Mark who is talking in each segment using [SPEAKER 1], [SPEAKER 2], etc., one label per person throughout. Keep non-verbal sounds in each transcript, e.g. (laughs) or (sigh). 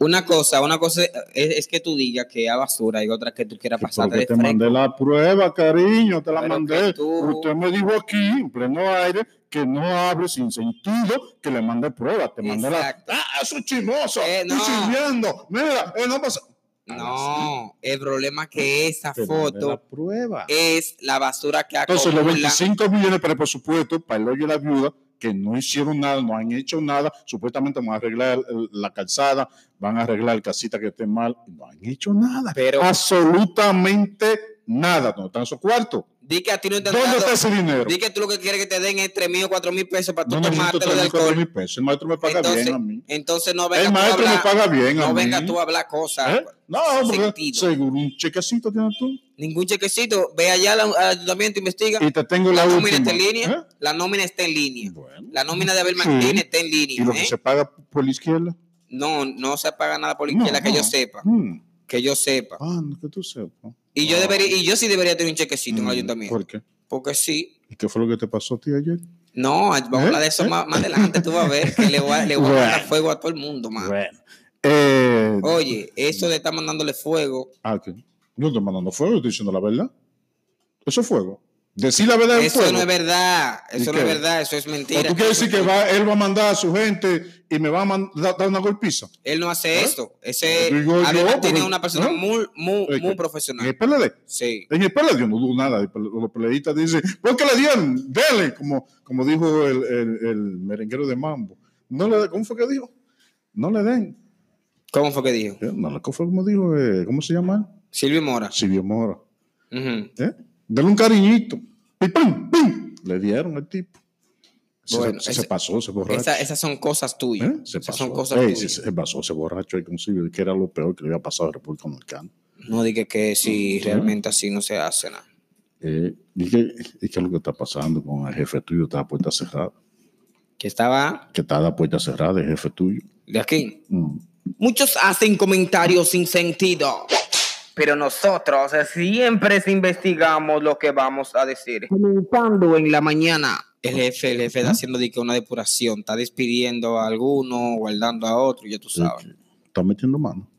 [SPEAKER 1] Una cosa, una cosa es, es que tú digas que es basura y otra que tú quieras pasarte
[SPEAKER 2] Porque
[SPEAKER 1] de
[SPEAKER 2] te
[SPEAKER 1] fresco.
[SPEAKER 2] mandé la prueba, cariño, te la
[SPEAKER 1] Pero
[SPEAKER 2] mandé.
[SPEAKER 1] que tú-
[SPEAKER 2] Usted me dijo aquí, en pleno aire, que no hable sin sentido, que le mandé prueba. Te mandé la.
[SPEAKER 1] Exacto.
[SPEAKER 2] ¡Ah, eso es chimoso!
[SPEAKER 1] Eh,
[SPEAKER 2] ¡Tú
[SPEAKER 1] no.
[SPEAKER 2] sirviendo! ¡Mira! eh, no pasa!
[SPEAKER 1] No, el problema es que esa
[SPEAKER 2] Te mandé la
[SPEAKER 1] foto
[SPEAKER 2] prueba.
[SPEAKER 1] es la basura que
[SPEAKER 2] Entonces, los
[SPEAKER 1] acumula.
[SPEAKER 2] 25 millones para el presupuesto, para el hoyo y la viuda, que no hicieron nada, no han hecho nada, supuestamente van a arreglar el- la calzada, van a arreglar casita que esté mal, no han hecho nada.
[SPEAKER 1] Pero
[SPEAKER 2] Absolutamente nada. ¿Dónde están esos cuartos?
[SPEAKER 1] di que a ti no te han
[SPEAKER 2] ¿Dónde
[SPEAKER 1] dado-
[SPEAKER 2] está ese dinero?
[SPEAKER 1] Di que tú lo que quieres que te den es 3 mil o 4 mil pesos para tú
[SPEAKER 2] No necesito
[SPEAKER 1] tomarte lo de
[SPEAKER 2] 34
[SPEAKER 1] alcohol.
[SPEAKER 2] mil pesos. El maestro me paga
[SPEAKER 1] Entonces,
[SPEAKER 2] bien a mí.
[SPEAKER 1] Entonces no venga
[SPEAKER 2] El
[SPEAKER 1] tú a
[SPEAKER 2] maestro me
[SPEAKER 1] hablar,
[SPEAKER 2] paga bien a
[SPEAKER 1] no
[SPEAKER 2] mí.
[SPEAKER 1] venga tú a hablar cosas.
[SPEAKER 2] ¿Eh? No,
[SPEAKER 1] sin
[SPEAKER 2] porque
[SPEAKER 1] sentido.
[SPEAKER 2] seguro un chequecito tienes tú.
[SPEAKER 1] Ningún chequecito. Ve allá al al ayuntamiento, investiga.
[SPEAKER 2] Y te tengo la,
[SPEAKER 1] La nómina
[SPEAKER 2] última.
[SPEAKER 1] está en línea.
[SPEAKER 2] ¿Eh?
[SPEAKER 1] La nómina está en línea.
[SPEAKER 2] Bueno.
[SPEAKER 1] La nómina de Abel
[SPEAKER 2] Sí.
[SPEAKER 1] Martínez está en
[SPEAKER 2] ¿Y
[SPEAKER 1] línea.
[SPEAKER 2] lo que
[SPEAKER 1] ¿eh?
[SPEAKER 2] se paga por la izquierda?
[SPEAKER 1] No, no se paga nada por la
[SPEAKER 2] No,
[SPEAKER 1] izquierda, que
[SPEAKER 2] no.
[SPEAKER 1] yo sepa.
[SPEAKER 2] Mm.
[SPEAKER 1] Que yo sepa.
[SPEAKER 2] Ah, no, que tú sepas.
[SPEAKER 1] Y yo
[SPEAKER 2] Ah.
[SPEAKER 1] debería, y yo sí debería tener un chequecito en
[SPEAKER 2] Mm,
[SPEAKER 1] el ayuntamiento.
[SPEAKER 2] ¿Por qué?
[SPEAKER 1] Porque sí.
[SPEAKER 2] ¿Y qué fue lo que te pasó a ti ayer?
[SPEAKER 1] No, vamos a hablar de eso
[SPEAKER 2] ¿Eh?
[SPEAKER 1] más, más adelante. Tú vas a ver que le voy a, le voy a
[SPEAKER 2] Bueno.
[SPEAKER 1] mandar fuego a todo el mundo, man.
[SPEAKER 2] Bueno. Eh,
[SPEAKER 1] Oye, eso de estar mandándole fuego,
[SPEAKER 2] ah, ¿qué? No estoy mandando fuego, estoy diciendo la verdad. Eso es fuego. Decir la verdad es
[SPEAKER 1] eso
[SPEAKER 2] fuego.
[SPEAKER 1] no es verdad.
[SPEAKER 2] ¿Y
[SPEAKER 1] Eso no es
[SPEAKER 2] qué?
[SPEAKER 1] verdad, eso es mentira.
[SPEAKER 2] ¿O tú quieres decir que va, él va a mandar a su gente y me va a mandar dar una golpiza?
[SPEAKER 1] Él no hace
[SPEAKER 2] ¿Eh?
[SPEAKER 1] eso. Ese
[SPEAKER 2] Yo- yo-
[SPEAKER 1] Abel
[SPEAKER 2] yo,
[SPEAKER 1] Martínez es
[SPEAKER 2] porque-
[SPEAKER 1] una persona
[SPEAKER 2] ¿no?
[SPEAKER 1] muy, muy,
[SPEAKER 2] Oye,
[SPEAKER 1] muy
[SPEAKER 2] que- En
[SPEAKER 1] profesional.
[SPEAKER 2] el PLD.
[SPEAKER 1] Sí.
[SPEAKER 2] En el PLD yo no dudo nada. el- Los peleadistas dicen, ¿por qué le dieron? Dele, como, como dijo el, el- el merenguero de Mambo. No le, ¿Cómo fue que dijo? No le den.
[SPEAKER 1] ¿Cómo fue que dijo?
[SPEAKER 2] Eh, No, ¿cómo fue como dijo? eh, ¿Cómo se llama?
[SPEAKER 1] Silvio Mora.
[SPEAKER 2] Silvio Mora.
[SPEAKER 1] Ujú.
[SPEAKER 2] ¿eh? Dale un cariñito. Pi, pam, pim. Le dieron al tipo. Se,
[SPEAKER 1] Bueno,
[SPEAKER 2] se-
[SPEAKER 1] ese-
[SPEAKER 2] se pasó, se borracho.
[SPEAKER 1] Esa- esas son cosas tuyas.
[SPEAKER 2] ¿Eh? Se
[SPEAKER 1] Esas
[SPEAKER 2] pasó.
[SPEAKER 1] son cosas
[SPEAKER 2] Ey, se,
[SPEAKER 1] tuyas.
[SPEAKER 2] se pasó, se borracho ahí con Silvio, que era lo peor que le había pasado a República Dominicana.
[SPEAKER 1] No diga que si
[SPEAKER 2] Sí.
[SPEAKER 1] realmente así no se hace nada.
[SPEAKER 2] Eh, ¿y, qué, y qué es lo que está pasando con el jefe tuyo? Está a puerta cerrada.
[SPEAKER 1] Que estaba
[SPEAKER 2] Que está a puerta cerrada el jefe tuyo.
[SPEAKER 1] de aquí.
[SPEAKER 2] Mm.
[SPEAKER 1] Muchos hacen comentarios sin sentido. Pero nosotros siempre investigamos lo que vamos a decir. Comentando en la mañana. El jefe, el jefe está haciendo de que una depuración. Está despidiendo a alguno, guardando a otro, ya tú sabes.
[SPEAKER 2] Eh, Está metiendo mano.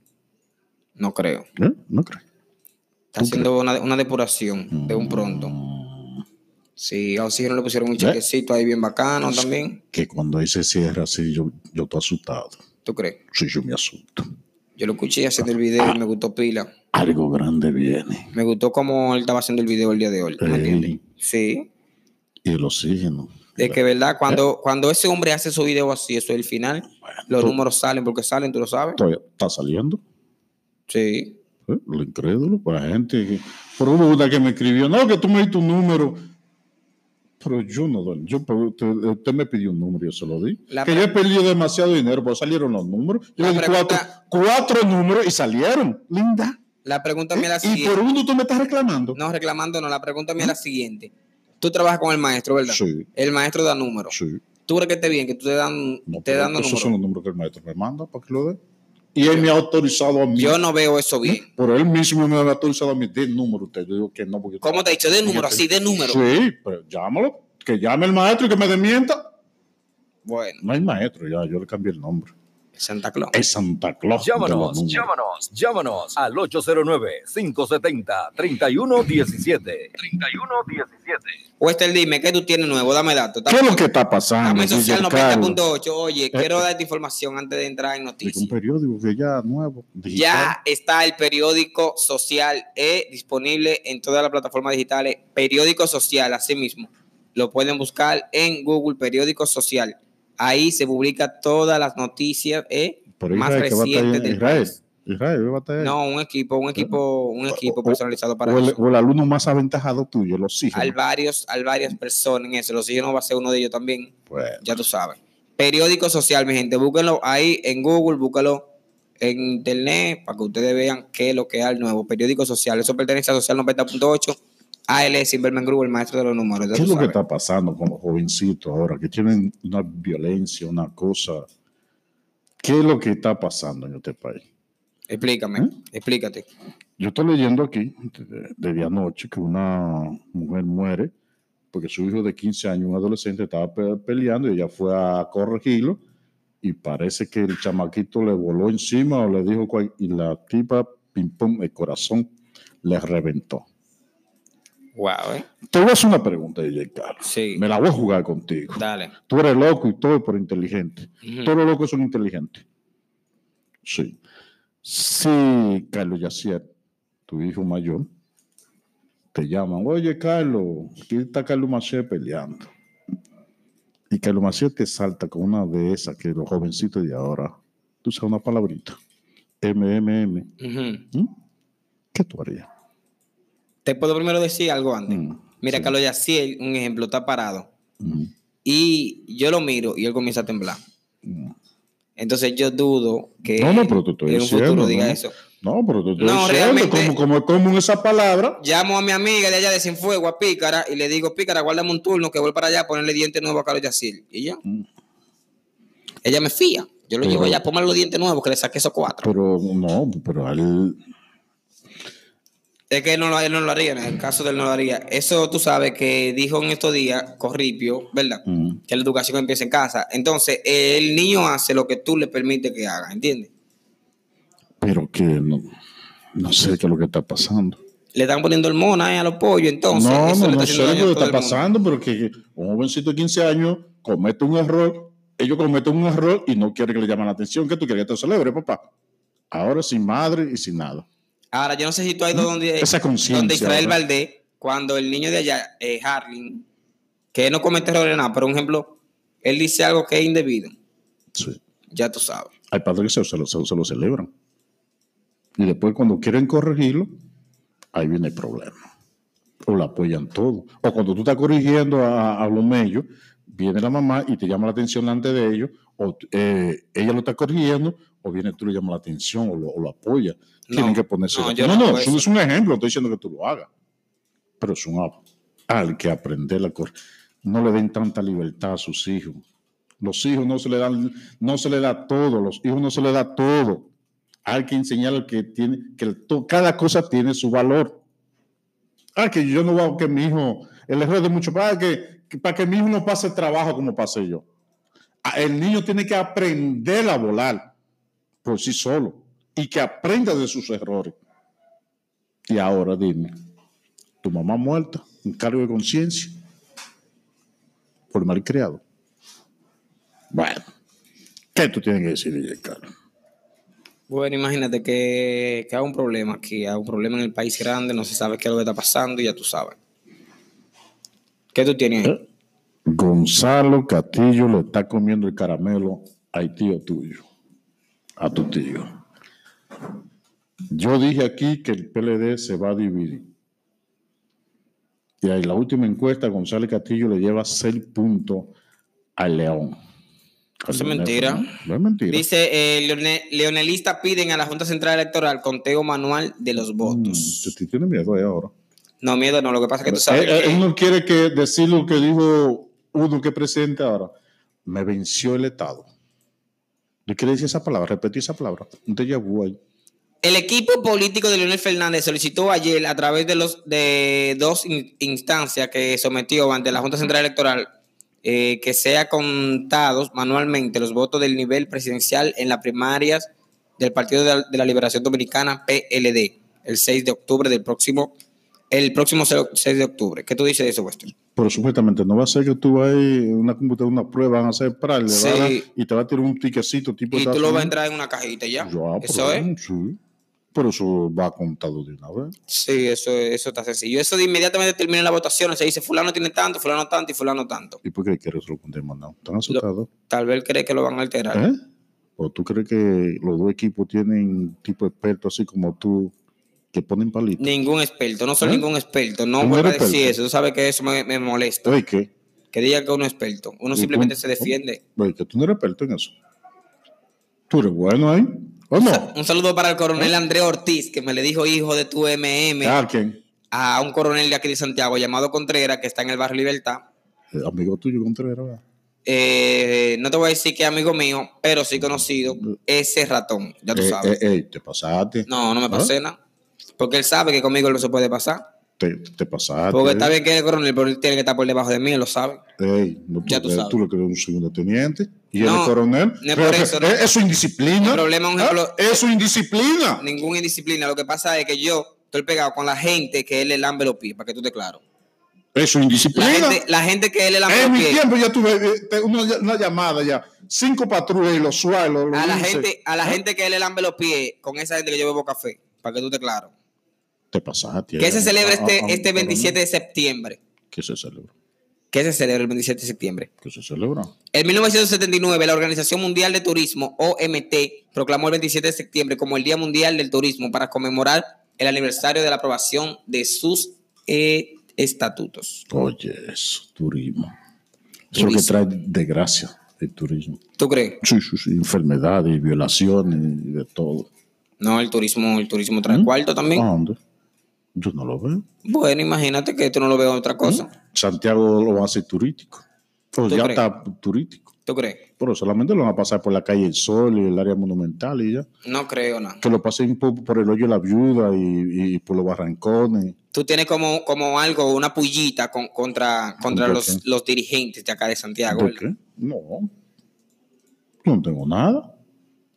[SPEAKER 1] No creo.
[SPEAKER 2] ¿Eh? ¿No crees?
[SPEAKER 1] Está haciendo una, una depuración de un pronto.
[SPEAKER 2] Mm.
[SPEAKER 1] Sí, a Oxígeno le pusieron un
[SPEAKER 2] ¿Eh?
[SPEAKER 1] chequecito ahí bien bacano también.
[SPEAKER 2] Que cuando ese cierra así, yo, yo estoy asustado.
[SPEAKER 1] ¿Tú crees?
[SPEAKER 2] Sí, yo me asusto.
[SPEAKER 1] Yo lo escuché haciendo el video y me gustó pila.
[SPEAKER 2] Algo grande viene.
[SPEAKER 1] Me gustó cómo él estaba haciendo el video el día de hoy. ¿me
[SPEAKER 2] Eh.
[SPEAKER 1] entiendes? Sí.
[SPEAKER 2] Y el oxígeno.
[SPEAKER 1] Es que, ¿verdad? Cuando, cuando ese hombre hace su video así, eso es el final, los
[SPEAKER 2] tú-
[SPEAKER 1] números salen porque salen, tú lo sabes.
[SPEAKER 2] Todavía está saliendo.
[SPEAKER 1] Sí.
[SPEAKER 2] ¿eh? Lo incrédulo para la gente. que- Por hubo una que me escribió, no, que tú me diste un número. Pero yo no doy. Yo, pero usted, usted me pidió un número, yo se lo di.
[SPEAKER 1] La
[SPEAKER 2] que yo he perdido demasiado dinero, pero salieron los números. Yo
[SPEAKER 1] La
[SPEAKER 2] le di cuatro,
[SPEAKER 1] pregunta-
[SPEAKER 2] cuatro números y salieron. Linda.
[SPEAKER 1] La pregunta mía es la
[SPEAKER 2] Y
[SPEAKER 1] siguiente.
[SPEAKER 2] por uno tú me estás reclamando.
[SPEAKER 1] No, reclamando, no. La pregunta mía es la siguiente. Tú trabajas con el maestro, ¿verdad?
[SPEAKER 2] Sí,
[SPEAKER 1] El maestro da números.
[SPEAKER 2] sí.
[SPEAKER 1] ¿Tú crees que esté bien que tú te dan,
[SPEAKER 2] No,
[SPEAKER 1] te
[SPEAKER 2] pero
[SPEAKER 1] dan los
[SPEAKER 2] esos
[SPEAKER 1] números?
[SPEAKER 2] son los números que el maestro me manda para que lo dé. Y él me ha autorizado a mí.
[SPEAKER 1] Yo no veo eso bien.
[SPEAKER 2] Por él mismo me ha autorizado a mí. De número usted. Yo digo que no. Porque
[SPEAKER 1] ¿Cómo te he dicho? De número, así, de número.
[SPEAKER 2] Sí, pero llámalo. Que llame el maestro y que me desmienta.
[SPEAKER 1] Bueno,
[SPEAKER 2] No hay maestro, ya, yo le cambié el nombre.
[SPEAKER 1] Santa Claus.
[SPEAKER 2] Es Santa Claus. de los
[SPEAKER 3] Llámanos,
[SPEAKER 2] números.
[SPEAKER 3] llámanos, llámanos al 809-570-3117. 3117.
[SPEAKER 1] O Estel, dime, ¿qué tú tienes nuevo? Dame datos.
[SPEAKER 2] ¿Qué
[SPEAKER 1] Dame-
[SPEAKER 2] es lo que está pasando?
[SPEAKER 1] Dame social
[SPEAKER 2] señor Carlos?
[SPEAKER 1] 90.8. Oye,
[SPEAKER 2] Eh,
[SPEAKER 1] quiero darte información antes de entrar en
[SPEAKER 2] Digo, un
[SPEAKER 1] noticias.
[SPEAKER 2] periódico que ya nuevo. digital.
[SPEAKER 1] Ya está el periódico social E disponible en todas las plataformas digitales. Periódico social, así mismo. Lo pueden buscar en Google, periódico social. Ahí se publica todas las noticias eh,
[SPEAKER 2] Pero
[SPEAKER 1] más
[SPEAKER 2] Israel, que va a estar
[SPEAKER 1] recientes
[SPEAKER 2] ahí,
[SPEAKER 1] del
[SPEAKER 2] Israel,
[SPEAKER 1] país.
[SPEAKER 2] Israel, va a estar ahí.
[SPEAKER 1] No, un equipo, un equipo, un equipo
[SPEAKER 2] Eh. o-
[SPEAKER 1] personalizado para
[SPEAKER 2] o, el,
[SPEAKER 1] eso.
[SPEAKER 2] o el alumno más aventajado tuyo, los hijos.
[SPEAKER 1] Al varios, al varias personas en eso. Los hijos no va a ser uno de ellos también.
[SPEAKER 2] Bueno,
[SPEAKER 1] ya tú sabes. Periódico social, mi gente, búsquenlo ahí en Google, búsquenlo en internet para que ustedes vean qué es lo que es el nuevo periódico social. Eso pertenece a Social 90.8, AL Silverman Group, el maestro de los números. ya
[SPEAKER 2] ¿Qué
[SPEAKER 1] tú
[SPEAKER 2] es lo que
[SPEAKER 1] sabes.
[SPEAKER 2] está pasando con los jovencitos ahora? Que tienen una violencia, una cosa. ¿Qué es lo que está pasando en este país?
[SPEAKER 1] Explícame,
[SPEAKER 2] ¿Eh?
[SPEAKER 1] explícate.
[SPEAKER 2] Yo estoy leyendo aquí, de- desde anoche, que una mujer muere porque su hijo de 15 años, un adolescente, estaba pe- peleando y ella fue a corregirlo y parece que el chamaquito le voló encima o le dijo cual- y la tipa, pim pum, el corazón le reventó.
[SPEAKER 1] Wow, ¿eh?
[SPEAKER 2] Te voy a hacer una pregunta, DJ Carlos.
[SPEAKER 1] Sí.
[SPEAKER 2] Me la voy a jugar contigo.
[SPEAKER 1] Dale.
[SPEAKER 2] Tú eres loco y todo, pero inteligente.
[SPEAKER 1] Ujú.
[SPEAKER 2] Todos los locos son inteligentes. Sí. Sí, Carlos Yacier, tu hijo mayor, te llaman. Oye, Carlos, aquí está Carlos Macié peleando. Y Carlos Macié te salta con una de esas que los jovencitos de ahora. Tú usas una palabrita. MMM.
[SPEAKER 1] Ujú.
[SPEAKER 2] ¿Mm? ¿Qué tú harías?
[SPEAKER 1] Te puedo primero decir algo antes.
[SPEAKER 2] Mm,
[SPEAKER 1] Mira,
[SPEAKER 2] sí.
[SPEAKER 1] Carlos Yaciel, un ejemplo, está parado.
[SPEAKER 2] Mm,
[SPEAKER 1] Y yo lo miro y él comienza a temblar.
[SPEAKER 2] mm.
[SPEAKER 1] Entonces yo dudo que
[SPEAKER 2] No, no, pero te estoy
[SPEAKER 1] en un
[SPEAKER 2] diciendo.
[SPEAKER 1] futuro diga
[SPEAKER 2] ¿no?
[SPEAKER 1] eso.
[SPEAKER 2] No, pero te estoy
[SPEAKER 1] No,
[SPEAKER 2] diciendo,
[SPEAKER 1] realmente-
[SPEAKER 2] como, como, como en esa palabra.
[SPEAKER 1] Llamo a mi amiga de allá de Cienfuegos, a Pícara, y le digo, Pícara, guárdame un turno que voy para allá a ponerle dientes nuevos a Carlos Yacil. Y ya.
[SPEAKER 2] Mm.
[SPEAKER 1] Ella me fía. Yo lo
[SPEAKER 2] Pero-
[SPEAKER 1] llevo allá, póngale los dientes nuevos que le saqué esos cuatro.
[SPEAKER 2] Pero no, pero a él.
[SPEAKER 1] Es que él no, lo, él no lo haría, en el caso de él no lo haría. Eso tú sabes que dijo en estos días Corripio, ¿verdad?
[SPEAKER 2] Mm.
[SPEAKER 1] Que la educación empieza en casa. Entonces, el niño hace lo que tú le permites que haga, ¿entiendes?
[SPEAKER 2] Pero que no, no sé qué es lo que está pasando.
[SPEAKER 1] Le están poniendo hormonas eh, a los pollos, entonces.
[SPEAKER 2] no,
[SPEAKER 1] eso
[SPEAKER 2] no,
[SPEAKER 1] le
[SPEAKER 2] no sé
[SPEAKER 1] haciendo
[SPEAKER 2] lo
[SPEAKER 1] daño
[SPEAKER 2] que
[SPEAKER 1] a todo
[SPEAKER 2] está
[SPEAKER 1] el mundo.
[SPEAKER 2] pasando, pero que un jovencito de 15 años comete un error, ellos cometen un error y no quiere que le llamen la atención, que tú quieres que te celebre, papá. Ahora sin madre y sin nada.
[SPEAKER 1] Ahora, yo no sé si tú has ido donde,
[SPEAKER 2] ¿Mm? Esa conciencia,
[SPEAKER 1] donde Israel
[SPEAKER 2] ¿verdad?
[SPEAKER 1] Valdés, cuando el niño de allá, eh, Harling, que él no comete errores nada, pero un ejemplo, él dice algo que es indebido,
[SPEAKER 2] Sí.
[SPEAKER 1] ya tú sabes.
[SPEAKER 2] Hay padres que se, se lo, se- se lo celebran. Y después cuando quieren corregirlo, ahí viene el problema. O la apoyan todo. O cuando tú estás corrigiendo a, a los medios, viene la mamá y te llama la atención delante de ellos, o t- eh, ella lo está corrigiendo, o viene tú y le llamas la atención o lo, o lo apoya.
[SPEAKER 1] No,
[SPEAKER 2] Tienen que ponerse.
[SPEAKER 1] no,
[SPEAKER 2] de
[SPEAKER 1] yo
[SPEAKER 2] acuerdo.
[SPEAKER 1] no
[SPEAKER 2] no,
[SPEAKER 1] hago
[SPEAKER 2] eso
[SPEAKER 1] eso.
[SPEAKER 2] es un ejemplo, estoy diciendo que tú lo hagas. Pero es un ap- al que aprender la cor- No le den tanta libertad a sus hijos. Los hijos no se le dan, no se le da todo, los hijos no se le da todo. Hay que enseñar que tiene, que el to- cada cosa tiene su valor. Ah, que yo no voy a que mi hijo, el error de mucho, para que, que- para que mi hijo no pase trabajo como pasé yo. Ah, El niño tiene que aprender a volar por sí solo y que aprenda de sus errores. Y ahora dime, tu mamá muerta, un cargo de conciencia por malcriado. Bueno, ¿qué tú tienes que decir, DJ Carlos?
[SPEAKER 1] Bueno, imagínate que, que hay un problema aquí, hay un problema en el país grande, no se sabe qué es lo que está pasando, ya tú sabes. ¿Qué tú tienes ahí?
[SPEAKER 2] ¿Eh? Gonzalo Castillo le está comiendo el caramelo al tío tuyo, a tu tío. Yo dije aquí que el PLD se va a dividir. Y ahí la última encuesta, Gonzalo Castillo le lleva seis puntos al León.
[SPEAKER 1] Eso es
[SPEAKER 2] Al Leonel,
[SPEAKER 1] mentira.
[SPEAKER 2] ¿no? No es mentira.
[SPEAKER 1] Dice, eh, leone- leonelistas piden a la Junta Central Electoral conteo manual de los votos.
[SPEAKER 2] Mm, tú tienes miedo ahí ahora.
[SPEAKER 1] No, miedo no, lo que pasa es que tú sabes
[SPEAKER 2] Él, él-
[SPEAKER 1] que...
[SPEAKER 2] él no eh, quiere que decir lo que dijo uno que presente ahora. Me venció el Estado. ¿No quiere decir esa palabra? Repetí esa palabra. Un déjà vu ahí.
[SPEAKER 1] El equipo político de Leonel Fernández solicitó ayer a través de los de dos in- instancias que sometió ante la Junta Central Electoral eh, que sea contados manualmente los votos del nivel presidencial en las primarias del Partido de la, de la Liberación Dominicana PLD el 6 de octubre del próximo el próximo 6 de octubre. ¿Qué tú dices de eso, Weston?
[SPEAKER 2] Pero supuestamente no va a ser que tú vas ahí en una computadora, una prueba, van a hacer para le
[SPEAKER 1] Sí.
[SPEAKER 2] van a- y te va a tirar un tiquecito tipo.
[SPEAKER 1] Y
[SPEAKER 2] Estados
[SPEAKER 1] tú lo vas a
[SPEAKER 2] Unidos.
[SPEAKER 1] entrar en una cajita ya.
[SPEAKER 2] Yo, ah,
[SPEAKER 1] eso
[SPEAKER 2] pero,
[SPEAKER 1] es.
[SPEAKER 2] sí. Pero eso va contado de una vez.
[SPEAKER 1] Sí, eso, eso está sencillo. Eso de inmediatamente termina la votación. Se dice fulano tiene tanto, fulano tanto y fulano tanto.
[SPEAKER 2] ¿Y por qué quieres lo contemos? No, están asustados.
[SPEAKER 1] Tal vez cree que lo van a alterar.
[SPEAKER 2] ¿Eh? ¿O tú crees que los dos equipos tienen tipo experto así como tú que ponen palitos?
[SPEAKER 1] Ningún experto, no soy
[SPEAKER 2] ¿Eh?
[SPEAKER 1] ningún experto. No
[SPEAKER 2] ¿Tú no
[SPEAKER 1] voy a
[SPEAKER 2] eres
[SPEAKER 1] decir
[SPEAKER 2] experto?
[SPEAKER 1] eso. Tú sabes que eso me, me molesta.
[SPEAKER 2] Oye, ¿qué?
[SPEAKER 1] Que diga que uno es experto. Uno
[SPEAKER 2] ¿Y tú?
[SPEAKER 1] simplemente se defiende.
[SPEAKER 2] Oye, que tú no eres experto en eso. Tú eres bueno ahí. ¿O no?
[SPEAKER 1] Un saludo para el
[SPEAKER 2] ¿Eh?
[SPEAKER 1] coronel Andrés Ortiz, que me le dijo hijo de tu MM
[SPEAKER 2] ¿A quién?
[SPEAKER 1] a un coronel de aquí de Santiago llamado Contreras, que está en el barrio Libertad.
[SPEAKER 2] Eh, Amigo tuyo, Contreras. ¿verdad?
[SPEAKER 1] Eh, no te voy a decir que es amigo mío, pero sí conocido ese ratón. Ya tú
[SPEAKER 2] Eh,
[SPEAKER 1] sabes.
[SPEAKER 2] eh, eh, te pasaste.
[SPEAKER 1] No, no me
[SPEAKER 2] ¿Ah?
[SPEAKER 1] pasé nada. Porque él sabe que conmigo él no se puede pasar.
[SPEAKER 2] te, te pasaste.
[SPEAKER 1] Porque está bien que es coronel, pero él tiene que estar por debajo de mí, él lo sabe.
[SPEAKER 2] Ey, no, tú,
[SPEAKER 1] Ya tú
[SPEAKER 2] eh,
[SPEAKER 1] sabes.
[SPEAKER 2] tú le crees un segundo teniente y
[SPEAKER 1] No,
[SPEAKER 2] él es coronel.
[SPEAKER 1] no es
[SPEAKER 2] Pero
[SPEAKER 1] por
[SPEAKER 2] que-
[SPEAKER 1] eso, no.
[SPEAKER 2] es, es su indisciplina.
[SPEAKER 1] El problema es un
[SPEAKER 2] Ah,
[SPEAKER 1] ejemplo-
[SPEAKER 2] Es su indisciplina.
[SPEAKER 1] Ninguna indisciplina. Lo que pasa es que yo estoy pegado con la gente que él le lambe los pies, para que tú te claro.
[SPEAKER 2] Es su
[SPEAKER 1] La
[SPEAKER 2] indisciplina.
[SPEAKER 1] gente, la gente que él le lambe
[SPEAKER 2] En
[SPEAKER 1] los
[SPEAKER 2] mi
[SPEAKER 1] pies.
[SPEAKER 2] tiempo ya tuve eh, te- una, una llamada ya. Cinco patrullas y los suelos. los
[SPEAKER 1] A la
[SPEAKER 2] linces.
[SPEAKER 1] gente, a la gente que él le lambe los pies, con esa gente que yo bebo café, para que tú te claro.
[SPEAKER 2] Te pasaste.
[SPEAKER 1] Que se celebra
[SPEAKER 2] Ah,
[SPEAKER 1] este,
[SPEAKER 2] ah, ah,
[SPEAKER 1] este
[SPEAKER 2] coronel.
[SPEAKER 1] 27 de septiembre.
[SPEAKER 2] ¿Qué se celebra?
[SPEAKER 1] Que se celebra el 27 de septiembre.
[SPEAKER 2] ¿Qué se celebra?
[SPEAKER 1] En 1979, la Organización Mundial de Turismo, OMT, proclamó el 27 de septiembre como el Día Mundial del Turismo para conmemorar el aniversario de la aprobación de sus eh, estatutos.
[SPEAKER 2] Oye, eso, turismo. Eso
[SPEAKER 1] Turismo.
[SPEAKER 2] que trae desgracia el turismo.
[SPEAKER 1] ¿Tú crees?
[SPEAKER 2] Sí, sí, sí, enfermedades, violaciones y de todo. ¿Mm?
[SPEAKER 1] No, el turismo, el turismo trae cuarto también.
[SPEAKER 2] ¿A dónde? Yo no lo veo. ¿Mm?
[SPEAKER 1] Bueno, imagínate que tú no lo veas otra cosa.
[SPEAKER 2] Santiago lo hace turístico. Pues
[SPEAKER 1] ¿Tú
[SPEAKER 2] ya
[SPEAKER 1] crees?
[SPEAKER 2] está turístico.
[SPEAKER 1] ¿Tú crees?
[SPEAKER 2] Pero solamente lo van a pasar por la calle El Sol y el área monumental y ya.
[SPEAKER 1] No creo nada.
[SPEAKER 2] Que lo pasen por, por el hoyo de la viuda y, y por los barrancones.
[SPEAKER 1] Tú tienes como, como algo, una pullita con- contra, contra
[SPEAKER 2] ¿Contra
[SPEAKER 1] los, los dirigentes de acá de Santiago.
[SPEAKER 2] ¿Por
[SPEAKER 1] ¿verdad?
[SPEAKER 2] qué? No. Yo no tengo nada.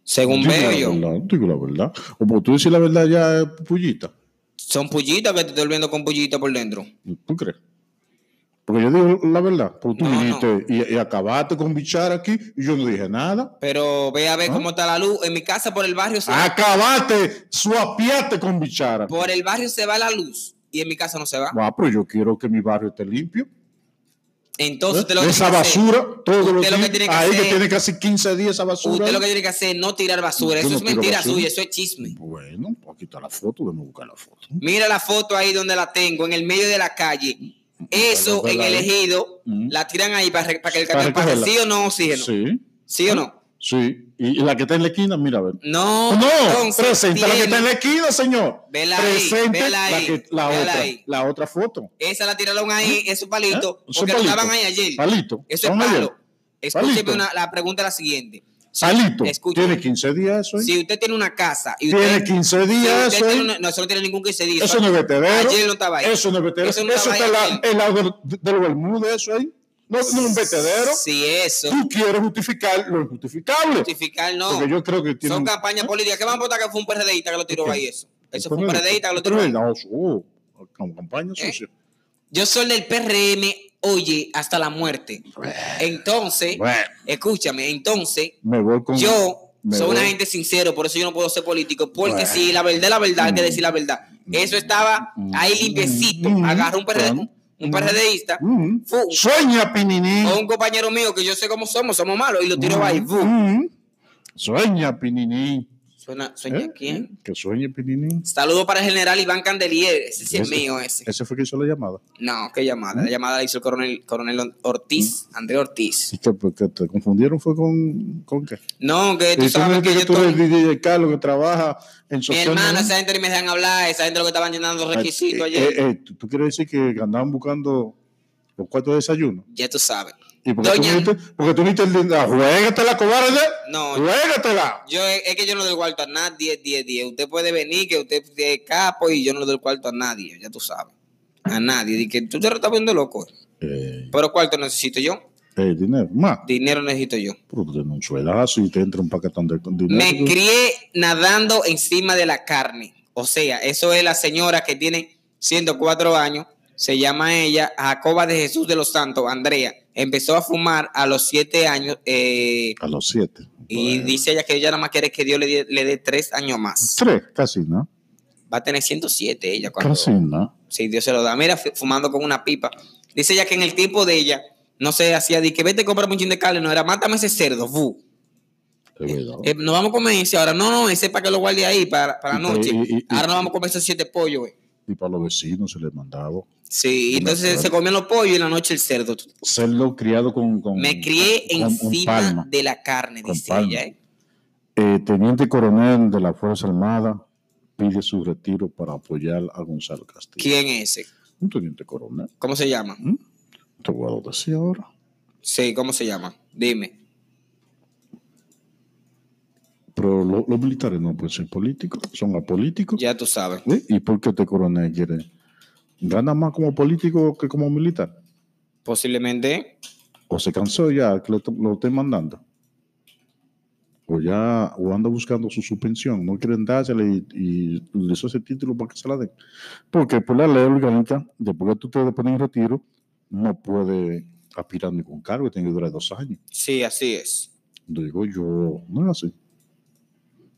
[SPEAKER 1] Según
[SPEAKER 2] Digo
[SPEAKER 1] veo
[SPEAKER 2] la
[SPEAKER 1] yo,
[SPEAKER 2] verdad, digo la verdad. O por tú decir la verdad ya, eh, Pullita.
[SPEAKER 1] son pullitas que te estoy viendo con pullita por dentro.
[SPEAKER 2] ¿Tú crees? Porque yo digo la verdad. Porque tú
[SPEAKER 1] No,
[SPEAKER 2] viniste Y, y acabaste con bichar aquí y yo no dije nada.
[SPEAKER 1] Pero ve a
[SPEAKER 2] Ah.
[SPEAKER 1] ver cómo está la luz. En mi casa por el barrio se
[SPEAKER 2] Acabaste, suapiaste con bichara.
[SPEAKER 1] por el barrio se va la luz y en mi casa no se va.
[SPEAKER 2] Ah, pero yo quiero que mi barrio esté limpio.
[SPEAKER 1] Entonces usted lo que
[SPEAKER 2] ¿Eh? esa
[SPEAKER 1] tiene que hacer-
[SPEAKER 2] basura, todos
[SPEAKER 1] usted
[SPEAKER 2] los
[SPEAKER 1] lo que
[SPEAKER 2] días.
[SPEAKER 1] tiene que
[SPEAKER 2] ahí que
[SPEAKER 1] hacer-
[SPEAKER 2] tiene casi 15 días esa basura.
[SPEAKER 1] usted lo que tiene que hacer es no tirar basura. Eso
[SPEAKER 2] Yo no
[SPEAKER 1] es
[SPEAKER 2] tiro
[SPEAKER 1] mentira
[SPEAKER 2] basura.
[SPEAKER 1] suya, eso es chisme.
[SPEAKER 2] Bueno, aquí está la foto, déjame buscar la foto.
[SPEAKER 1] Mira la foto ahí donde la tengo, en el medio de la calle. Eso en
[SPEAKER 2] Guárdala
[SPEAKER 1] el
[SPEAKER 2] ahí. Mm.
[SPEAKER 1] ejido la tiran ahí para, re- para que el camión
[SPEAKER 2] Para
[SPEAKER 1] pase. ¿Sí
[SPEAKER 2] recogerla.
[SPEAKER 1] o no oxígeno? Sí,
[SPEAKER 2] Sí,
[SPEAKER 1] o no?
[SPEAKER 2] sí. Y, y la que está en la esquina, mira, a ver.
[SPEAKER 1] No,
[SPEAKER 2] Oh, no,
[SPEAKER 1] Oh, entonces
[SPEAKER 2] presenta la que está en
[SPEAKER 1] tiene-
[SPEAKER 2] la esquina, señor.
[SPEAKER 1] Vela ahí,
[SPEAKER 2] presente
[SPEAKER 1] vela
[SPEAKER 2] la,
[SPEAKER 1] ahí,
[SPEAKER 2] que- la
[SPEAKER 1] vela
[SPEAKER 2] otra,
[SPEAKER 1] ahí.
[SPEAKER 2] la otra foto.
[SPEAKER 1] Esa la tiraron ahí, esos palitos,
[SPEAKER 2] ¿Eh? Eso
[SPEAKER 1] porque
[SPEAKER 2] es palito.
[SPEAKER 1] estaban ahí ayer.
[SPEAKER 2] Palito.
[SPEAKER 1] Eso es
[SPEAKER 2] Son ayer.
[SPEAKER 1] malo. Escúcheme
[SPEAKER 2] Palito.
[SPEAKER 1] una- la pregunta es la siguiente. Si-
[SPEAKER 2] Salito,
[SPEAKER 1] escúcheme.
[SPEAKER 2] tiene 15 días eso. ahí?
[SPEAKER 1] Si usted tiene una casa y
[SPEAKER 2] Tiene
[SPEAKER 1] usted,
[SPEAKER 2] 15
[SPEAKER 1] si
[SPEAKER 2] días
[SPEAKER 1] usted
[SPEAKER 2] eso
[SPEAKER 1] tiene
[SPEAKER 2] ahí.
[SPEAKER 1] una- no, eso no tiene ningún 15 días.
[SPEAKER 2] Eso no es vertedero.
[SPEAKER 1] Ayer no estaba ahí.
[SPEAKER 2] Eso no es vertedero.
[SPEAKER 1] Eso
[SPEAKER 2] Eso,
[SPEAKER 1] no estaba
[SPEAKER 2] está
[SPEAKER 1] ahí
[SPEAKER 2] la- el lado del- del Bermúdez, eso ahí. No, no es un vertedero.
[SPEAKER 1] Si eso,
[SPEAKER 2] Tú quieres justificar lo injustificable.
[SPEAKER 1] justificar no.
[SPEAKER 2] Porque yo creo que tiene
[SPEAKER 1] Son
[SPEAKER 2] un-
[SPEAKER 1] campañas políticas. ¿Qué van a votar que fue un PRDista que lo tiró
[SPEAKER 2] Ok.
[SPEAKER 1] ahí eso? Eso
[SPEAKER 2] Un
[SPEAKER 1] fue un PRDista que lo tiró ahí. Eh.
[SPEAKER 2] PRD, no, oh, con campaña sucia.
[SPEAKER 1] Yo soy del PRM, oye, hasta la muerte. Entonces,
[SPEAKER 2] Bueno,
[SPEAKER 1] escúchame, entonces,
[SPEAKER 2] me voy con.
[SPEAKER 1] yo
[SPEAKER 2] me
[SPEAKER 1] soy una
[SPEAKER 2] voy-
[SPEAKER 1] gente sincero, por eso yo no puedo ser político. Porque
[SPEAKER 2] Bueno.
[SPEAKER 1] si la verdad es la verdad, hay que decir la verdad. Eso estaba ahí limpiecito.
[SPEAKER 2] Mm,
[SPEAKER 1] Agarró un, PRD,
[SPEAKER 2] bueno.
[SPEAKER 1] un PRDista.
[SPEAKER 2] Mm.
[SPEAKER 1] fu,
[SPEAKER 2] Sueña, Pinini.
[SPEAKER 1] o un compañero mío que yo sé cómo somos, somos malos, y lo tiro ahí. ¡bu!
[SPEAKER 2] Mm. Sueña, Pinini.
[SPEAKER 1] Suena, sueña
[SPEAKER 2] ¿Eh?
[SPEAKER 1] quién.
[SPEAKER 2] Que sueñe, Pinini.
[SPEAKER 1] Saludo para el general Iván Candelier. Ese sí es mío, ese.
[SPEAKER 2] Ese fue que hizo la llamada.
[SPEAKER 1] No, qué llamada. La llamada la hizo el coronel, coronel Ortiz, André Ortiz.
[SPEAKER 2] ¿Y que, porque te confundieron fue con, con qué?
[SPEAKER 1] No, que Eh, tú
[SPEAKER 2] Y tú
[SPEAKER 1] sabes
[SPEAKER 2] no
[SPEAKER 1] que
[SPEAKER 2] que,
[SPEAKER 1] yo
[SPEAKER 2] que tú eres
[SPEAKER 1] estoy.
[SPEAKER 2] DJ Carlos que trabaja en
[SPEAKER 1] Mi
[SPEAKER 2] social.
[SPEAKER 1] hermano,
[SPEAKER 2] media.
[SPEAKER 1] esa gente ni me dejan hablar, esa gente lo que estaban llenando
[SPEAKER 2] Ah,
[SPEAKER 1] requisitos
[SPEAKER 2] eh,
[SPEAKER 1] ayer.
[SPEAKER 2] eh, eh, ¿tú, tú quieres decir que andaban buscando los cuartos de desayuno?
[SPEAKER 1] Ya tú sabes.
[SPEAKER 2] ¿Y porque tú
[SPEAKER 1] Doña-
[SPEAKER 2] viste, porque tú viste el de la juégatela, cobarde?
[SPEAKER 1] No.
[SPEAKER 2] juégatela.
[SPEAKER 1] Yo, es es que yo no doy cuarto a nadie, 10, 10. Usted puede venir, que usted es capo, y yo no le doy cuarto a nadie, ya tú sabes. A nadie. Y que tú te lo estás viendo loco.
[SPEAKER 2] Eh,
[SPEAKER 1] Pero cuarto necesito yo,
[SPEAKER 2] eh, dinero, más.
[SPEAKER 1] dinero necesito yo.
[SPEAKER 2] Pero tú tienes un suelazo y te entra un paquetón de con dinero.
[SPEAKER 1] Me crié nadando encima de la carne. O sea, eso es la señora que tiene 104 años. Se llama ella Jacoba de Jesús de los Santos, Andrea. Empezó a fumar a los 7 años eh,
[SPEAKER 2] a los siete.
[SPEAKER 1] y
[SPEAKER 2] Bueno,
[SPEAKER 1] dice ella que ella nada más quiere que Dios le, dé- le dé 3 años más.
[SPEAKER 2] Tres, casi, ¿no?
[SPEAKER 1] Va a tener 107 ella cuando...
[SPEAKER 2] Casi, ¿no?
[SPEAKER 1] Si Dios se lo da. Mira, fu- fumando con una pipa. Dice ella que en el tiempo de ella no se hacía de que vete a comprar un chin de carne. No era, mátame ese cerdo, fu.
[SPEAKER 2] Es verdad.
[SPEAKER 1] Eh, nos vamos a comer ese ahora. No, no, ese es para que lo guarde ahí para, para la
[SPEAKER 2] Y-
[SPEAKER 1] noche.
[SPEAKER 2] y- y-
[SPEAKER 1] ahora
[SPEAKER 2] y-
[SPEAKER 1] nos vamos a comer esos siete pollos, güey.
[SPEAKER 2] y para los vecinos se les mandaba.
[SPEAKER 1] Sí,
[SPEAKER 2] Me
[SPEAKER 1] entonces
[SPEAKER 2] acuerdo.
[SPEAKER 1] se comían los pollos y en la noche el cerdo.
[SPEAKER 2] Serlo criado con. con
[SPEAKER 1] Me crié
[SPEAKER 2] con- con
[SPEAKER 1] encima
[SPEAKER 2] palma.
[SPEAKER 1] de la carne,
[SPEAKER 2] Con
[SPEAKER 1] dice
[SPEAKER 2] palma.
[SPEAKER 1] ella. ¿eh?
[SPEAKER 2] Eh, Teniente coronel de la Fuerza Armada pide su retiro para apoyar a Gonzalo Castillo.
[SPEAKER 1] ¿Quién es ese?
[SPEAKER 2] Un teniente coronel.
[SPEAKER 1] ¿Cómo se llama?
[SPEAKER 2] Te voy a decir ahora.
[SPEAKER 1] Sí, ¿cómo se llama? Dime.
[SPEAKER 2] Pero lo- los militares no pueden ser políticos, son apolíticos.
[SPEAKER 1] Ya tú sabes.
[SPEAKER 2] ¿Eh? ¿Y por qué este coronel quiere gana más como político que como militar.
[SPEAKER 1] Posiblemente.
[SPEAKER 2] O se cansó ya que lo, to- lo estén mandando. O ya, o anda buscando su suspensión. No quieren dársela y, y le hizo ese título para que se la den. Porque por la ley orgánica, después que tú te pones en retiro, no puede aspirar ni con cargo, tiene que durar dos años.
[SPEAKER 1] Sí, así es.
[SPEAKER 2] Digo yo, no es así.